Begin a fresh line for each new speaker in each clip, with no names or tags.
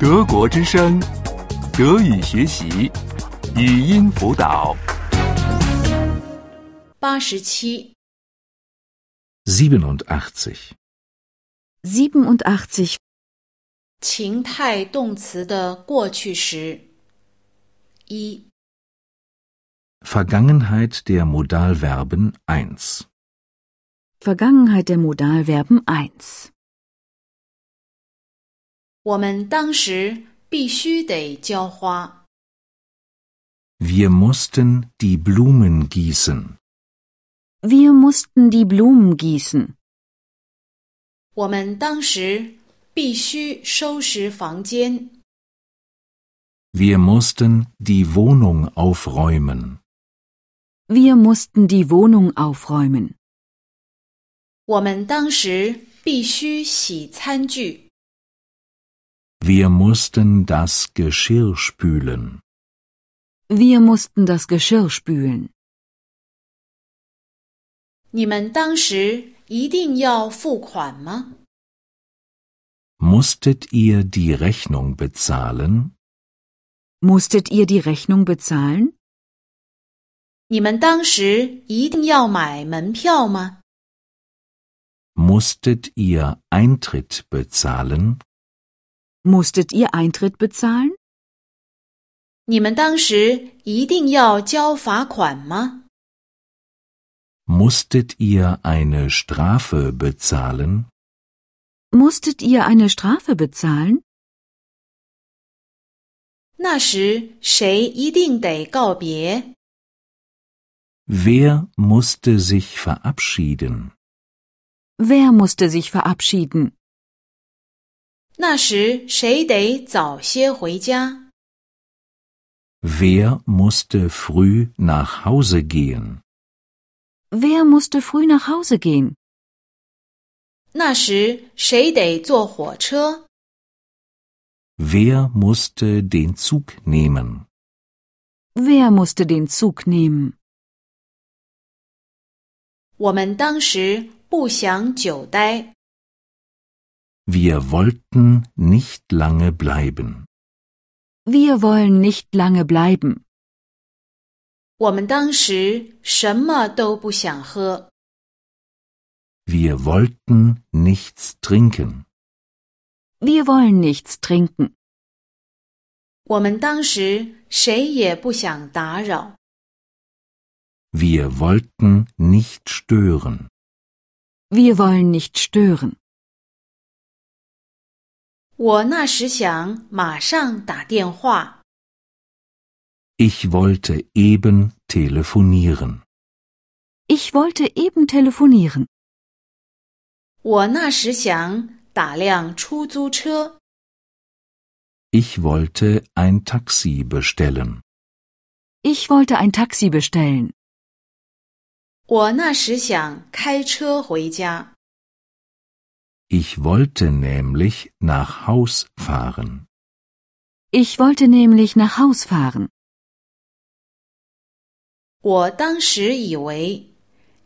德国之声，德语学习，语音辅导。
八十七，
87.
87.
情态动词的过去时。一，
Vergangenheit der Modalverben 1.
Vergangenheit der Modalverben 1.
我们当时必须得浇花。
Wir mussten die Blumen gießen.
Wir mussten die Blumen gießen.
我们当时必须收拾房间。
Wir mussten die Wohnung aufräumen.
Wir mussten die Wohnung aufräumen.
我们当时必须洗餐具。
Wir mussten das Geschirr spülen.
Wir mussten das Geschirr spülen.
你们当时一定要付款吗？
Musstet ihr die Rechnung bezahlen?
Musstet ihr die Rechnung bezahlen?
你们当时一定要买门票吗？
Musstet ihr Eintritt bezahlen?
Musstet ihr Eintritt bezahlen?
你们当时一定要交罚款吗？
Musstet ihr eine Strafe bezahlen?
Musstet ihr eine Strafe bezahlen?
那时谁一定得告别？
Wer musste sich verabschieden?
Wer musste sich verabschieden?
那时谁得早些回家？
Wer musste früh nach Hause gehen?
Wer musste früh nach Hause gehen?
那时谁得坐火车？
Wer musste den Zug nehmen?
Wer musste den Zug nehmen?
我们当时不想久待，
Wir wollten nicht lange bleiben.
Wir wollen nicht lange bleiben.
我们当时什么都不想喝，
Wir wollten nichts trinken.
Wir wollen nichts trinken.
我们当时谁也不想打扰，
Wir wollten nicht stören.
Wir wollen nicht stören.
我那时想马上打电话，
Ich wollte eben telefonieren.
Ich wollte eben telefonieren.
我那时想打辆出租车，
Ich wollte ein Taxi bestellen.
Ich wollte ein Taxi bestellen.
我那时想开车回家，
Ich wollte nämlich nach Haus fahren.
Ich wollte nämlich nach Haus fahren.
我当时以为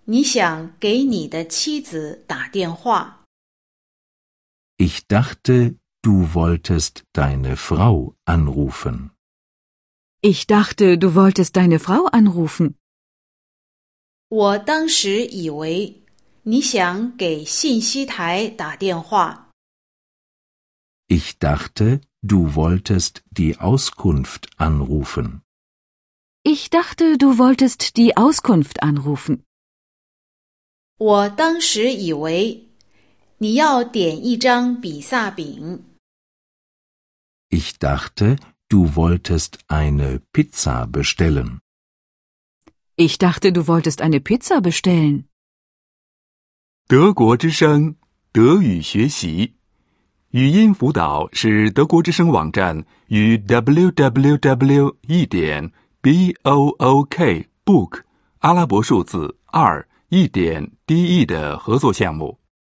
你想给你的妻子打电话。
Ich dachte, du wolltest deine Frau anrufen.
Ich dachte, du wolltest deine Frau anrufen.
我当时以为你想给信息台打电话，
Ich dachte, du wolltest die Auskunft anrufen.
Ich dachte, du wolltest die Auskunft anrufen.
我当时以为你要点一张比萨饼，
Ich dachte, du wolltest eine Pizza bestellen.
Ich dachte, du wolltest eine Pizza bestellen.
德国之声，德语学习，语音辅导是德国之声网站与 www. 一点 b o o k book 阿拉伯数字二一点 d e 的合作项目。